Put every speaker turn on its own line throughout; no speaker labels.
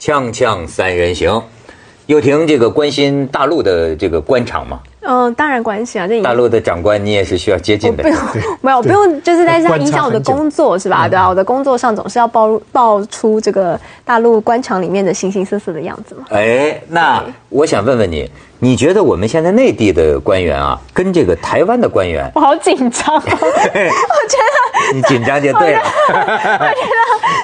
锵锵三人行，又婷这个关心大陆的这个官场嘛，
嗯，当然关系啊，这
大陆的长官你也是需要接近的
不。用，没有不用，就是但是它影响我的工作是吧？对啊，我的工作上总是要暴露爆出这个大陆官场里面的形形色色的样子嘛。
哎，那我想问问你，你觉得我们现在内地的官员啊，跟这个台湾的官 员，
我好紧张、哦，我
你紧张就对了，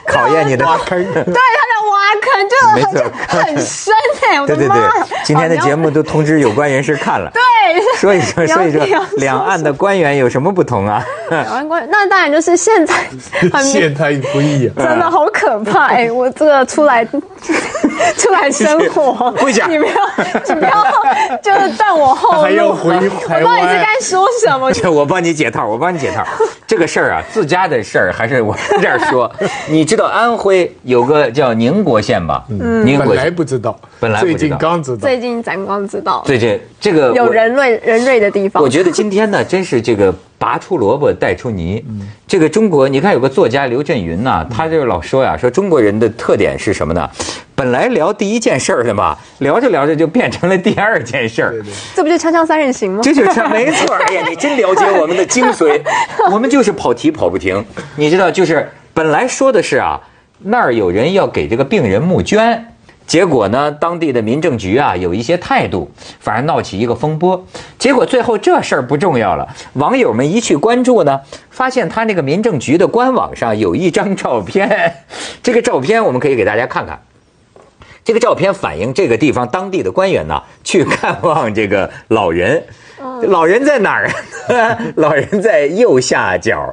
考验你的
挖 坑。
觉得对他在挖坑，这个很很深哎、我
对
的
对
妈！
对，今天的节目都通知有关人士看了，
对。
说一说说一
你要
说
你要说
两岸的官员有什么不同啊？
台湾官，那当然就是现在很明
陷太不易啊！
真的好可怕哎、我这个出来出来生活，
跪下
你不要你不要 就是断我后路，
还要回
我
台
到底是
湾
该说什么？
这 我帮你解套，我帮你解套。这个事儿啊，自家的事儿还是我在这儿 说。你知道安徽有个叫宁国县吧？嗯，宁
本
国
来
县
不知道，
本来不知道
最近刚知道，
最近咱光知道
对这这个
有
我
人类人类的地方
我，觉得今天呢，真是这个拔出萝卜带出泥。
嗯
这个中国，你看有个作家刘震云呐、他就老说呀，说中国人的特点是什么呢？本来聊第一件事儿的吧，聊着聊着就变成了第二件事儿
对。对
这不就《锵锵三人行》吗？
这就是 没错儿。哎呀，你真了解我们的精 髓，我们就是跑题跑不停。你知道，就是本来说的是啊，那儿有人要给这个病人募捐。结果呢，当地的民政局啊有一些态度，反而闹起一个风波。结果最后这事儿不重要了，网友们一去关注呢，发现他那个民政局的官网上有一张照片， 这个照片我们可以给大家看看。这个照片反映这个地方当地的官员呢去看望这个老人。
嗯
老人在哪儿啊？ 老人在右下角。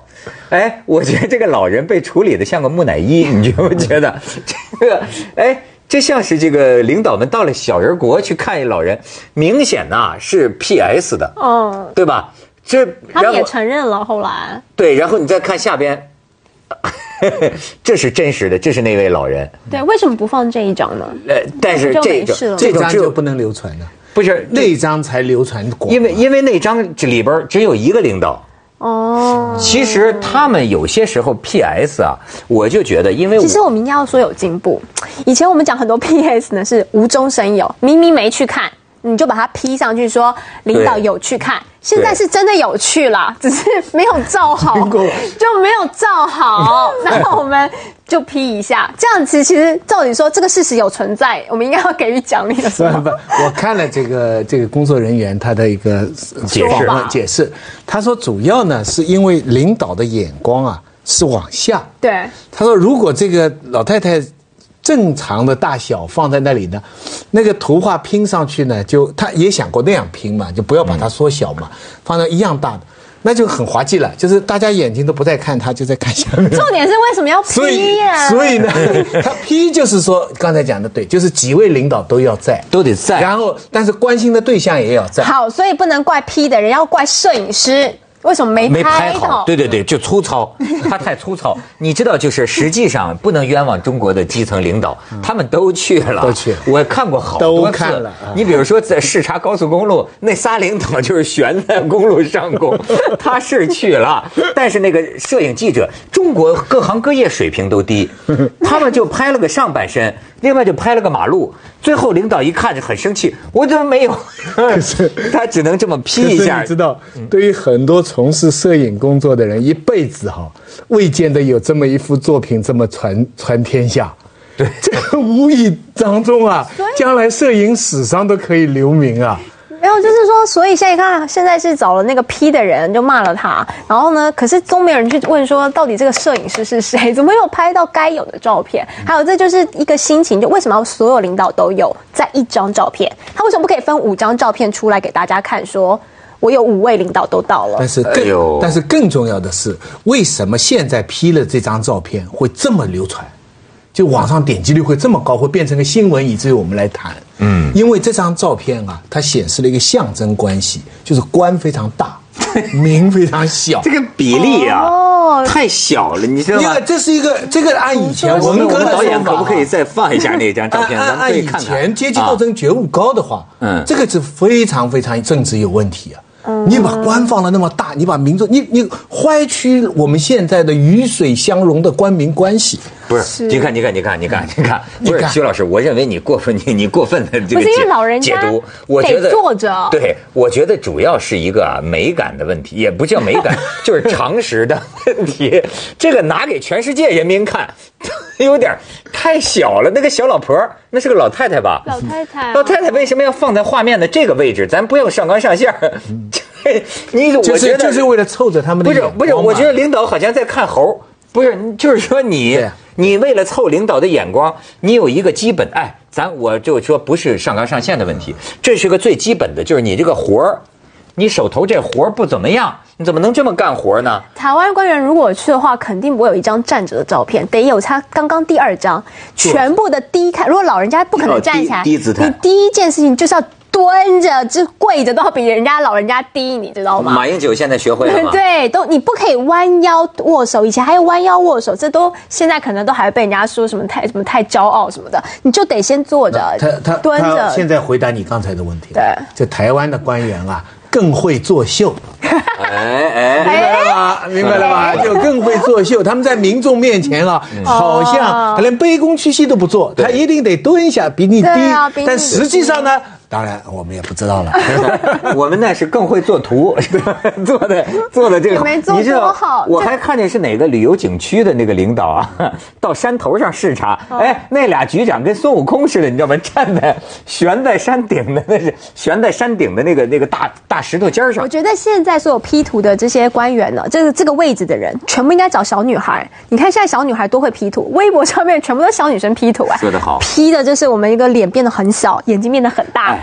哎，我觉得这个老人被处理的像个木乃伊，你觉
嗯
不觉得？ 这个，哎，这像是这个领导们到了小人国去看一老人，明显呐、是 PS 的，
嗯，
对吧？这然
他们
后
也承认了，后来
对，然后你再看下边， 这是真实的，这是那位老人。
对，为什么不放这一张呢？
呃，但是
就
这
没
种
事了
这
这
种
张
只
就
有
不能流传了，
不是
那一张才流传广。
因为因为那张这里边儿只有一个领导。
哦，
其实他们有些时候 PS 啊，我就觉得，因为我
其实我们应该要说有进步。以前我们讲很多 PS 呢是无中生有，明明没去看，你就把它 P 上去说领导
对
有去看。现在是真的有去啦，只是没有 照好，
过
就没有照好，然后我们就 P 一下。这样子其实照理说这个事实有存在，我们应该要给予奖励的。是吧
不不， 我看了这个这个工作人员他的一个
解释
访问解释，他说主要呢是因为领导的眼光啊是往下。
对，
他说如果这个老太太正常的大小放在那里呢，那个图画拼上去呢，就他也想过那样拼嘛，就不要把它缩小嘛，放到一样大的，那就很滑稽了。就是大家眼睛都不在看他，就在看下 面。
重点是为什么要 P
嗯所以
呀、，
所以呢，他 P 就是说刚才讲的对，就是几位领导都要在，
都得在
然后但是关心的对象也要 在。
好，所以不能怪 P 的人，要怪摄影师。为什么没
没拍
到
好，？对对对，就粗 糙，他太粗糙。你知道，就是实际上不能冤枉中国的基层领导，他们都去了，
嗯都去
我看过好多
都
次
看了啊
你比如说在视察高速公路，那仨领导就是悬在公路上 空，他是去了，但是那个摄影记者，中国各行各业水平都 低，他们就拍了个上半身，另外就拍了个马路，最后领导一看就很生气，我怎么没有？ 他只能这么批
可
一
是
下
你知。道，对于很多从事摄影工作的人，一辈子哈，未见得有这么一幅作品这么传传天下。对，这个无意当中啊，将来摄影史上都可以留名啊。
没有，就是说，所以现在看，现在是找了那个 P 的人，就骂了他。然后呢，可是都没有人去问说，到底这个摄影师是谁？怎么没有拍到该有的照片？
嗯
还有，这就是一个心情，就为什么要所有领导都有在一张照片？他为什么不可以分五张照片出来给大家看说我有五位领导都到了
但？是
哎呦
更，但是更重要的是，为什么现在 P 了这张照片会这么流传？就网上点击率会这么高，会变成个新闻，以至于我们来谈。嗯，因为这张照片啊，它显示了一个象征关系，就是官非常大， 民非常小。
这个比例啊，
哦
太小了，你知道
因
吗
为？这是一个这个按以前
我
文
们
革的
导演
说法啊
可不可以再放一下那张照
按
片？咱
按
们可
按
以
啊以
看看。啊
前阶级斗争觉悟高的话，
嗯
这个是非常非常政治有问题啊。你把官放的那么大，你把民众，你你歪曲我们现在的鱼水相融的官民关系。
不是，
是
你看，你看，你看，你看，你看，不是
看
徐老师，我认为你过分，你你过分的这
不
个
是因为
解
老人
解
家
读，我觉
得
得
坐着
对，我觉得主要是一个啊美感的问题，也不叫美 感，就是常识的问题。这个拿给全世界人民看， 有点太小了。那个小老婆儿，那是个老太太吧？
老太太啊、
老太太为什么要放在画面的这个位置？咱不用上纲上线儿。这 你我
嗯就是
觉得
就是为了凑着他们的
不是
眼光
不是，我
嘛
觉得领导好像在看猴儿，不是，就是说你
对啊
你为了凑领导的眼光，你有一个基本，哎，咱我就说不是上纲上线的问题，这是个最基本的，就是你这个活儿，你手头这活儿不怎么样，你怎么能这么干活呢？
台湾官员如果去的话，肯定不会有一张站着的照片，得有他刚刚第二张，全部的第一看。如果老人家不可能站起
哦
来，
低低姿态
你第一件事情就是要蹲着，就跪着都要比人家老人家低，你知道吗？
马英九现在学会了吗？
对，都你不可以弯腰握手，以前还有弯腰握手，这都现在可能都还会被人家说什么太什么太骄傲什么的，你就得先坐着，
他他
蹲
他现
着。
在回答你刚才的问题，
对
就台湾的官员啊，更会作秀，
哎哎
明白了吧？明白了吧？就更会作秀。他们在民众面前啊，好像他连卑躬屈膝都不做，他一定得蹲下，比你低
对啊比。你
但实际上呢，当然我们也不知道了。
我们那是更会做图， 做的做的这
你
个，
没做
你知道
多好
我还看见是哪个旅游景区的那个领导啊， 到山头上视察，
哦
哎，那俩局长跟孙悟空似的，你知道吗？站在悬在山顶的那是悬在山顶的那个那个大大石头尖儿上
我，觉得现在所有 P 图的这些官员呢，这个这个位置的人，全部应该找小女孩。你看现在小女孩多会 P 图，微博上面全部都是小女生 P 图啊，
说得好
P 的就是我们一个脸变得很小，眼睛变得很大，
哎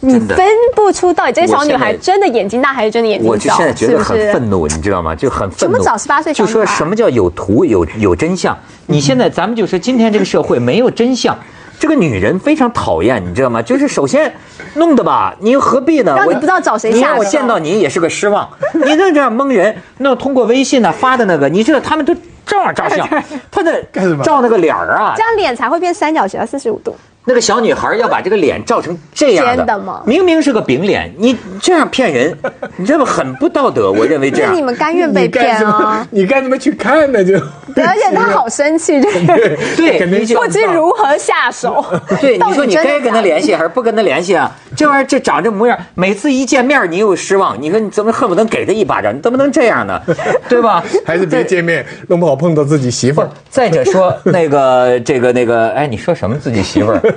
你
真的
分不出到底这个小女
我
孩
现在
真的眼睛大还是真的眼睛小，
我就现在觉得很
是不是
愤怒，你知道吗？就很愤怒。
怎么找18岁小
就
女孩嗯
说什么叫有图有有真相？你现在咱们就说今天这个社会没有真相。这个女人非常讨厌，你知道吗？就是首先弄的吧，你又何必呢？
让你
我
不知道找谁
你
下
让我
手
见到你也是个失 望。你弄这样蒙人，弄通过微信呢、发的那个，你知道他们都照样照相，他的
干什么
照那个脸儿啊
这，样脸才会变三角形四十五度。
那个小女孩要把这个脸照成这样的，
尖的吗
明明是个饼脸，你这样骗人，你这么很不道德。我认为这
那
样
你，们甘愿被骗 啊！
你干什么去看呢？就
对，而且他好生气，这个人
对
肯定是
不知如何下手。
对你
到底
说你
真的
该跟他
假的
联系还是不跟他联系啊？这玩意儿这长这模样，每次一见面你又失望，你说你怎么恨不能给他一巴掌？你怎么能这样呢？ 对吧？
还是别见面，弄不好碰到自己媳妇儿。
再者说那个这个那个，哎，你说什么自己媳妇儿？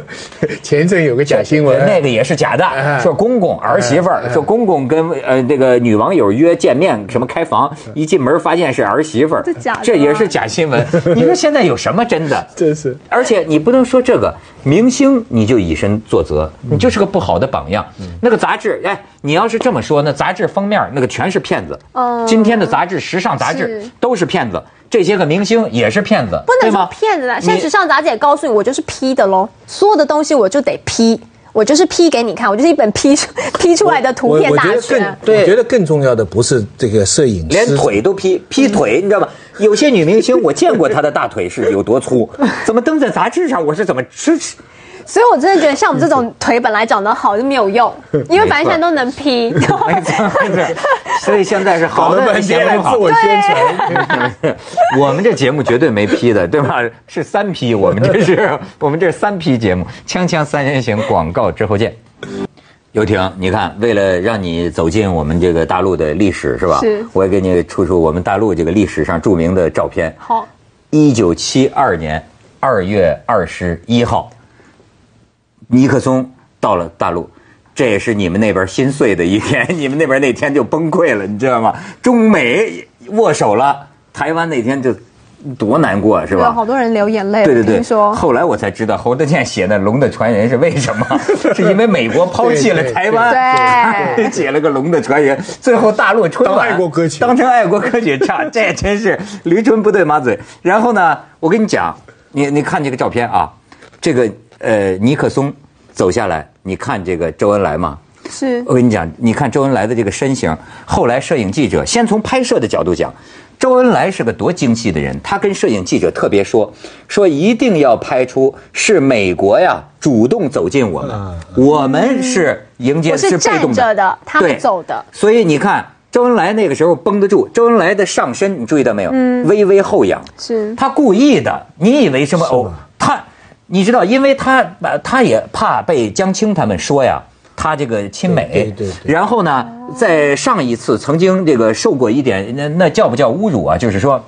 前一阵有个假新
那
闻，
个也是假的，
哎
说公公儿媳妇儿，说公公跟呃这个女网友约见面，什么开 房，一进门发现是儿媳妇儿
这假的，啊
这也是假新 闻。你说现在有什么真的？
真是。
而且你不能说这个明星你就以身作则，
嗯
你就是个不好的榜样。那个杂志，哎，你要是这么说，那杂志封面那个全是骗子。
嗯
今天的杂志、时尚杂志
是
都是骗子，这些个明星也是骗子，
不
对
能
吗
说？骗子啦，
你
现实上杂姐告诉你，我就是 P 的喽，所有的东西我就得 P，我就是 P 给你看，我就是一本 P 出 P 出来的图片
我
大
觉得
全
更。，
对
我觉得更重要的不是这个摄影师，
连腿都劈劈腿，你知道吗？有些女明星，我见过她的大腿是有多粗，怎么登在杂志上？我是怎么吃？ 吃
所以我真的觉得像我们这种腿本来长得好就没 有用，因为反正现在都能 P。
没错没错所以现在是
搞
好
了
的
半天
节
来
目
自
好，
我宣传。
我们这节目绝对没批的，对吧？是三批，我们这 是我们这是三批节目，锵锵三人行广告之后见。游艇，你看，为了让你走进我们这个大陆的历史，是吧？
是
我也给你出出我们大陆这个历史上著名的照片。
好，
一九七二年二月二十一号，尼克松到了大陆，这也是你们那边心碎的一天， 你们那边那天就崩溃了，你知道吗？中美握手了，台湾那天就多难过啊是
有
吧？
好多人流眼泪，
对对
听
对，
说
后来我才知道侯德健写的《龙的传人》是为什么？ 是因为美国抛弃了台湾，
对对
写了个《龙的传人》，最后大陆春晚
当爱国歌曲
当成爱国歌曲唱， 这也真是驴唇不对马嘴。然后呢，我跟你讲，你你看这个照片啊，这个呃尼克松走下来，你看这个周恩来嘛，
是
我跟你讲，你看周恩来的这个身形，后来摄影记者先从拍摄的角度讲，周恩来是个多精细的人，他跟摄影记者特别说，说一定要拍出是美国呀主动走进我们，我们是迎接
我是
被动
站着的他们
对
走的
所以你看。周恩来那个时候绷得住，周恩来的上身你注意到没有？
嗯
微微后仰，
是
他故意的。你以为什么？
是吗
哦，他，你知道，因为他呃他也怕被江青他们说呀，他这个亲美。
对对对对
然后呢，在上一次曾经这个受过一点，那那叫不叫侮辱啊？就是说，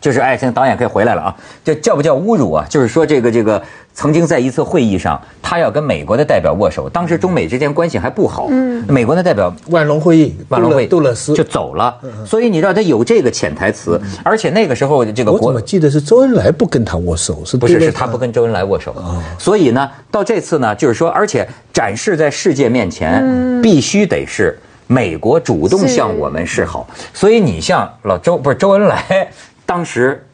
就是哎，现在导演可以回来了啊，这叫不叫侮辱啊？就是说这个这个曾经在一次会议上，他要跟美国的代表握手，当时中美之间关系还不好，嗯，美国的代表
万隆会议，
万隆会
杜勒斯嗯
就，走了，所以你知道他有这个潜台词，而且那个时候这个
我
国
怎么记得是周恩来不跟他握手？是
不
杜
是，
勒
是
斯
他不跟周恩来握手，所以呢，到这次呢，就是说，而且展示在世界面前，必须得是美国主动向我们示好。所以你像老周，不是周恩来，当时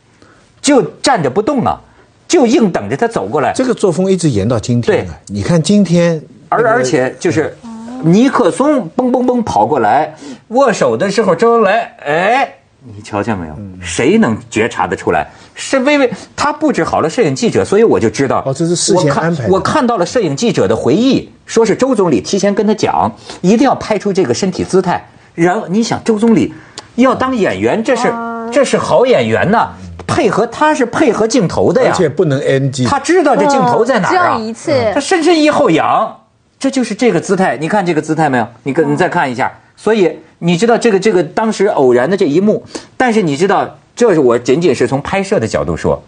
就站着不动啊，就硬等着他走过来。
这个作风一直延到今天
对
啊。你看今天，
而而
嗯
且就是尼克松蹦蹦蹦跑过来握手的时候，周恩来，哎，你瞧见没有？
嗯
谁能觉察得出来？是微微，他布置好了摄影记者，所以我就知道。
哦这是事先
我看
安排的
我看到了摄影记者的回忆，说是周总理提前跟他讲，一定要拍出这个身体姿态。然后你想，周总理要当演员，这是
啊
这是好演员呐、配合他是配合镜头的呀
而，且不能 NG，
他知道这镜头在哪儿啊。
只有一次，
他深深一后仰，这就是这个姿态。你看这个姿态没有？你跟你再看一下。所以你知道这个这个当时偶然的这一幕，但是你知道，这是我仅仅是从拍摄的角度说，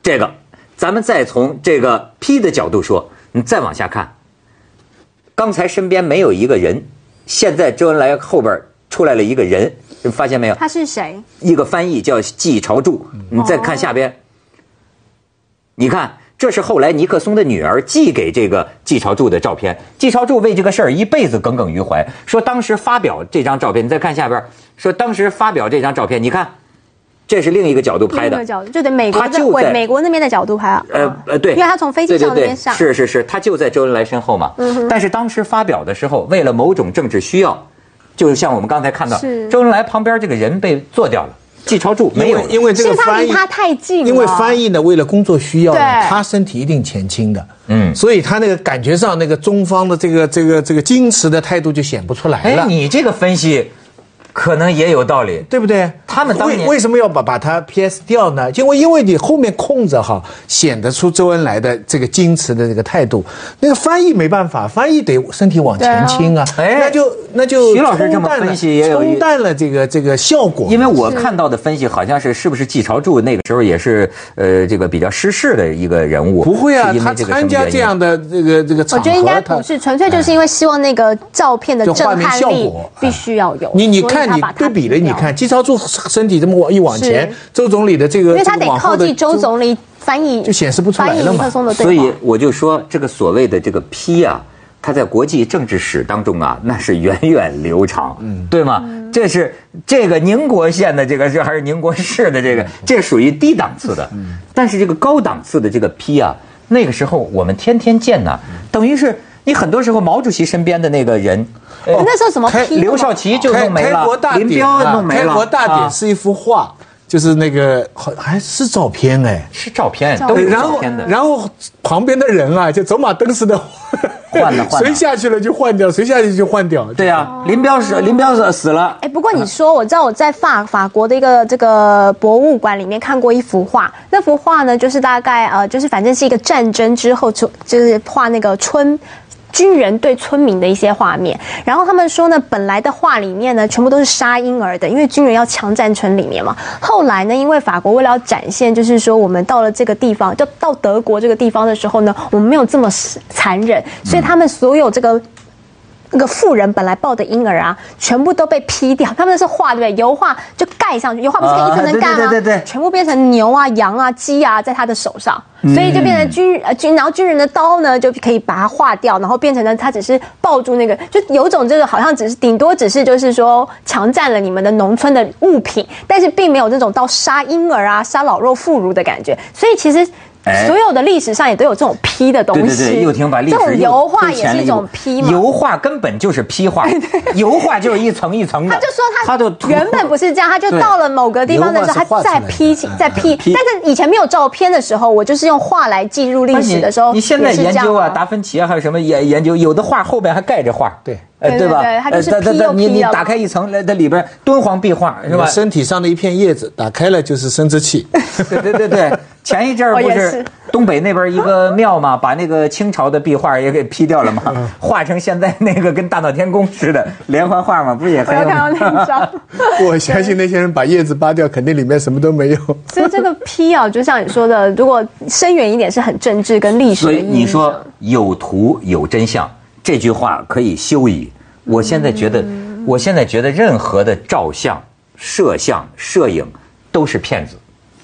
这个，咱们再从这个 P 的角度说，你再往下看，刚才身边没有一个人，现在周恩来后边出来了一个人，你发现没有？
他是谁？
一个翻译叫季朝柱。
嗯
你再看下边，你看，这是后来尼克松的女儿寄给这个季朝柱的照片。季朝柱为这个事儿一辈子耿耿于怀，说当时发表这张照片，你再看下边，说当时发表这张照片，你看，这是另一个角度拍
另一
的
个。角度，就得美国
他
在
就在
美国那边的角度拍啊。
呃呃，对，
因为他从飞机
对对
上那边
对
嗯上，
是是是，他就在周恩来身后嘛。但是当时发表的时候，为了某种政治需要，就是像我们刚才看到
是，
周恩来旁边这个人被做掉了，季朝柱没
因
有
为
了
因为这个
是他
翻
离
译
他太近了，
因为翻译呢，为了工作需要呢
对，
他身体一定前倾的，
嗯
所以他那个感觉上那个中方的这个这个这个矜持的态度就显不出来
哎，
了，
你这个分析可能也有道理。
对不对？
他们当年
为为什么要把把它 PS 掉呢？因为因为你后面空着哈，显得出周恩来的这个矜持的这个态度。那个翻译没办法，翻译得身体往前倾啊，
对啊哎
那就那就
徐老师这么
冲淡了
分析也有一
冲淡了这个这个效果，
因为我看到的分析好像是，是不是季朝柱那个时候也是，呃，这个比较失势的一个人物？
不会啊
是，因
他
为这个什
参
么
加
原
这
因
样的这个这个
我
场合，
觉得应该
他哎
不是，纯粹就是因为希望那个照片的
就
震
画面
撼
效
力
果哎
必须要有。
你你
所以他
看你
把它
对比了，
去
你
掉
看，季超柱身体这么往一往前
是，
周总理的这个，
因为他
这
得
个往
靠
后的
近周总理翻译，
就显示不出来了嘛
翻译尼克松的对
所
话
以我就说，这个所谓的这个 P 啊，它在国际政治史当中啊，那是源远流长，
嗯
对吗？这是这个宁国县的这个是还是宁国市的这
嗯
个，这属于低档次的。但是这个高档次的这个 P 啊，那个时候我们天天见呐，
嗯
等于是你很多时候毛主席身边的那个人，呃
那时候怎么
开
批那么
刘少奇就
开
弄没
嗯开
了
国大，
林
典
彪
啊
弄没了，
开国大
啊
典是一幅画，就是那个好还是照片哎，
是照片，都是
然
照
后
片的。
然后旁边的人啊，就走马灯似的
换了换了
谁下去了就换掉，谁下去就换掉，
对啊，林彪是林彪死死了，
哎，不过你说，我知道我在法法国的一个这个博物馆里面看过一幅画，那幅画呢，就是大概呃，就是反正是一个战争之后，就就是画那个村。军人对村民的一些画面，然后他们说呢，本来的画里面呢，全部都是杀婴儿的，因为军人要强占村里面嘛。后来呢，因为法国为了要展现，就是说我们到了这个地方，就到德国这个地方的时候呢，我们没有这么残忍，所以他们所有这个那个富人本来抱的婴儿啊，全部都被劈掉，他们是画对不对？油画就盖上去，油画不是可以一层层盖吗？
啊对对对对
全部变成牛啊、羊啊、鸡啊，在他的手上，所以就变成军呃军，然后军人的刀呢就可以把它划掉，然后变成了他只是抱住那个，就有种这个好像只是顶多只是就是说强占了你们的农村的物品，但是并没有那种到杀婴儿啊、杀老弱妇孺的感觉，所以其实。
哎
所有的历史上也都有这种 P 的东
对对
西。
对，又婷把历
这种
史又
油画
又
也
前
是
了
一种 P 嘛。
油画根本就是 P 画，油画就是一层一层的。
他就说他
他就涂
原本不是这样，他就到了某个地方的时候，
油
他
画是画
再
出来的
P 起再 P。但是以前没有照片的时候，我就是用画来记录历
那
史
你
的时候，
你现在
也是
研
这样
究啊，
吗
达芬奇啊，还有什么研研究，有的画后边还盖着画，
对
呃，
对
对吧？
对它就是
呃它它
P
它
又
你
P
你
了
打开一层，来它里边敦煌壁画是吧？
身体上的一片叶子打开了就是生殖器，
对对对 对，前一阵儿
我
不
也
是
是
东北那边一个庙嘛，把那个清朝的壁画也给劈掉了嘛，
嗯
画成现在那个跟大闹天宫似的连环画嘛，不是也
我
很
要
有
看到那张。
我相信那些人把叶子扒掉，肯定里面什么都没有。
所以这个 P 啊，就像你说的，如果深远一点，是很政治跟历史
所
的意
以
义。
你说有图有真相这句话可以休矣。我现在觉得，
嗯
我现在觉得任何的照相、摄像、摄影都是骗子，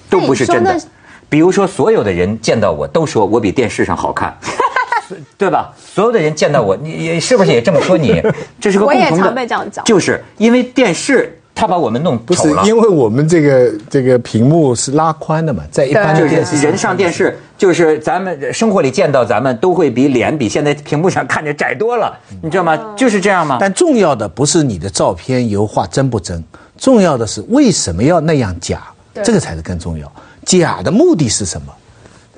都不是真
那
的
你哎说。
比如说，所有的人见到我都说我比电视上好看， 对吧？所有的人见到我，你也是不是也这么说你？这是个
我
共
也
同的，
常被这样讲
就是因为电视它把我们弄
不是
丑了，
因为我们这个这个屏幕是拉宽的嘛，在一般
对
的
就
电视
是人上电视，就是咱们生活里见到咱们都会比脸比现在屏幕上看着窄多了，你知道吗？就是这样嘛。
但重要的不是你的照片、油画真不真，重要的是为什么要那样假，
对
这个才是更重要。假的目的是什么？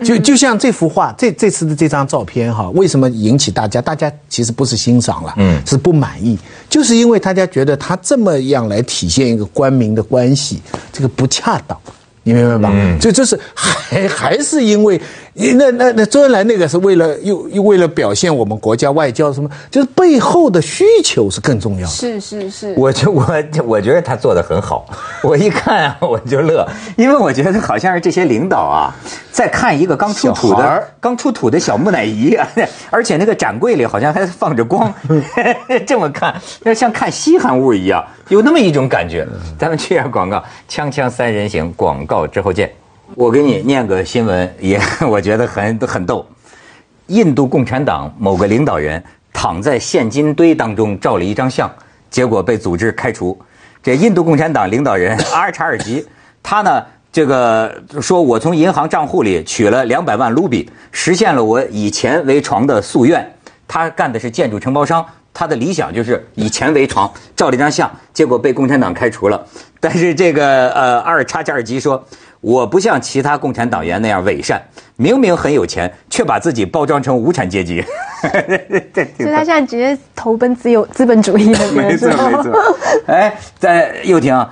就就像这幅画，这这次的这张照片哈，为什么引起大家？大家其实不是欣赏了，嗯，是不满意，就是因为大家觉得他这么样来体现一个官民的关系，这个不恰当。你明白吧？就就是还还是因为那那那周恩来那个是为了又又为了表现我们国家外交什么，就是背后的需求是更重 要的。
是是是，
我就我我觉得他做的很好，我一看啊我就乐，因为我觉得好像是这些领导啊，在看一个刚出土
小孩儿
的刚出土的小木乃伊， 而且那个展柜里好像还放着 光，这么看要像看稀罕物一样，有那么一种感觉。咱们去一下广告，锵锵三人行广告之后见。我给你念个新闻，也 我觉得很很逗。印度共产党某个领导人躺在现金堆当中照了一张相，结果被组织开除。这印度共产党领导人 阿尔查尔吉，他呢这个说我从银行账户里取了两百万卢比，实现了我以钱为床的夙愿。他干的是建筑承包商，他的理想就是以钱为床，照了一张相，结果被共产党开除了。但是这个呃，阿尔查加尔吉说，我不像其他共产党员那样伪善，明明很有钱，却把自己包装成无产阶级。这挺
所以他现在直接投奔自由资本主义的
没
人
错
是吗
没 错。哎，在又婷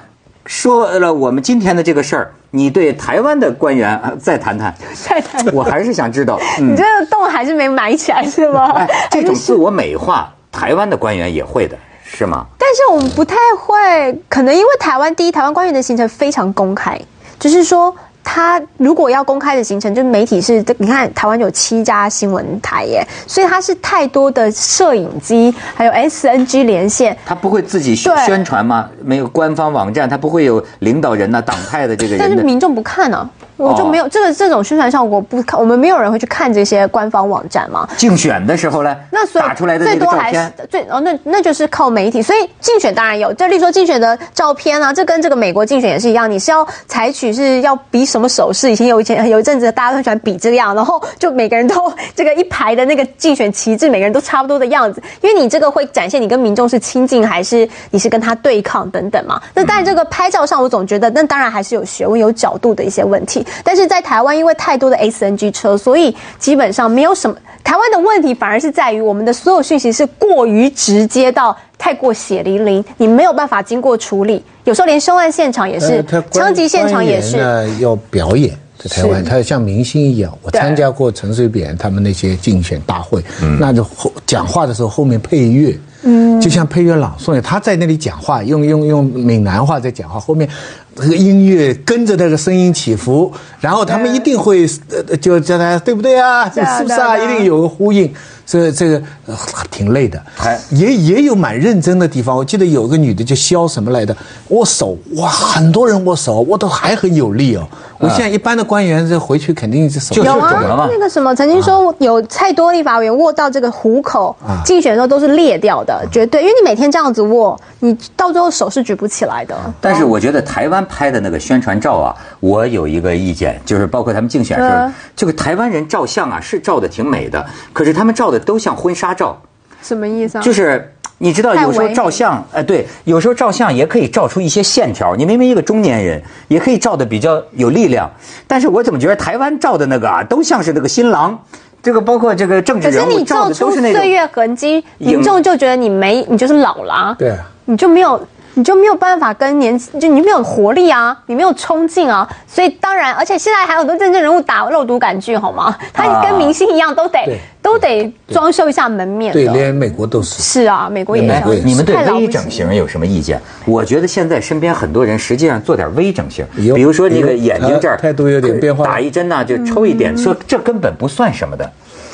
说了我们今天的这个事儿，你对台湾的官员呃再谈谈，
再谈
我还是想知道。嗯
你这个洞还是没埋起来是吗？
哎，这种自我美化，台湾的官员也会的，是吗？
但是我们不太会，可能因为台湾第一，台湾官员的行程非常公开，就是说他如果要公开的行程，就是媒体是，你看台湾有七家新闻台耶，所以它是太多的摄影机，还有 SNG 连线，
他不会自己宣
对
宣传吗？没有官方网站，他不会有领导人呐、党派的这个
但
人
是
的。
民众不看啊，我就
哦
没有、这个这种宣传效果不看，我们没有人会去看这些官方网站嘛，
竞选的时候呢，
那所以
打出来的
最
那个
多
照
还是
片，
最哦，那那就是靠媒体。所以竞选当然有，这例如说竞选的照片啊，这跟这个美国竞选也是一样，你是要采取是要比什么手势。以前有一前有一阵子大家都很喜欢比这个样，然后就每个人都这个一排的那个竞选旗帜，每个人都差不多的样子，因为你这个会展现你跟民众是亲近还是你是跟他对抗等等嘛。那
嗯
但这个拍照上，我总觉得那当然还是有学问、有角度的一些问题。但是在台湾，因为太多的 SNG 车，所以基本上没有什么。台湾的问题反而是在于我们的所有讯息是过于直接到太过血淋淋，你没有办法经过处理。有时候连凶案现场也
呃
是，
呃
枪击现场也是。
呢要表演。在台湾，
是
他要像明星一样。我
对
参加过陈水扁他们那些竞选大会，那就后讲话的时候后面配乐，嗯，就像配乐朗诵一样。他在那里讲话，用用用闽南话在讲话，后面这个音乐跟着那个声音起伏，然后他们一定会呃就叫大家对不对啊？
对啊
是不是
对啊
啊？
对啊
一定有个呼应。这这个呃挺累的
还，
也也有蛮认真的地方。我记得有个女的叫肖什么来的，握手哇，很多人握手，握得还很有力哦。我现在一般的官员这回去肯定是手
啊就是
有
肿了
啊
嘛，啊
那个什么，曾经说有蔡多立法委员握到这个虎口，竞选的时候都是裂掉的，
啊
的，绝对，因为你每天这样子握，你到最后手是举不起来的。
但是我觉得台湾拍的那个宣传照啊，我有一个意见，就是包括他们竞选时候
嗯，
这个台湾人照相啊是照的挺美的，可是他们照的都像婚纱照，
什么意思啊？
就是你知道，
太
有时候
唯
照
美
相，哎，对，有时候照相也可以照出一些线条。你明明一个中年人，也可以照的比较有力量，但是我怎么觉得台湾照的那个啊，都像是那个新郎，这个包括这个政治
可是
人物
你
照
照
的都
出
是那种。
岁
哎
月痕迹，
影
民众就觉得你没，你就是老了、啊，
对啊，
你就没有，你就没有办法跟年轻，就你没有活力啊，你没有冲劲啊，所以当然，而且现在还有很多政治人物打肉毒杆菌，好吗？他跟明星一样，都得、
对
都得装修一下门面
对，
的。
连美国都是。
是啊，美国也这
美国也
样。
是
你们对
太老不
V
行
整形有什么意见？我觉得现在身边很多人实际上做点 V 整形，
有
比如说那个
有
眼睛这儿
呃态度有点变化
打一针呐、就抽一
嗯
点，说这根本不算什么的，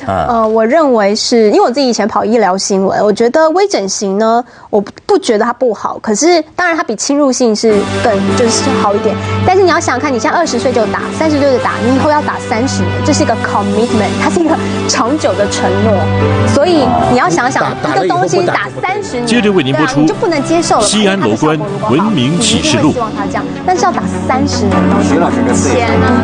啊。
呃，我认为是因为我自己以前跑医疗新闻，我觉得微整形呢，我不不觉得它不好，可是当然它比侵入性是更就是好一点。但是你要想看，你现在二十岁就打，三十岁就打，你以后要打三十年，这是一个 commitment，它是一个长久的承诺。所以你要想想，
打打
一
了
个
以后
东西
不打
打三十年，
接着为您播出
对啊你就不能接受了吧。
西安楼观文明启示录
你一定会希望它这样，但是要打三十年哦，
徐老师这岁数
钱啊。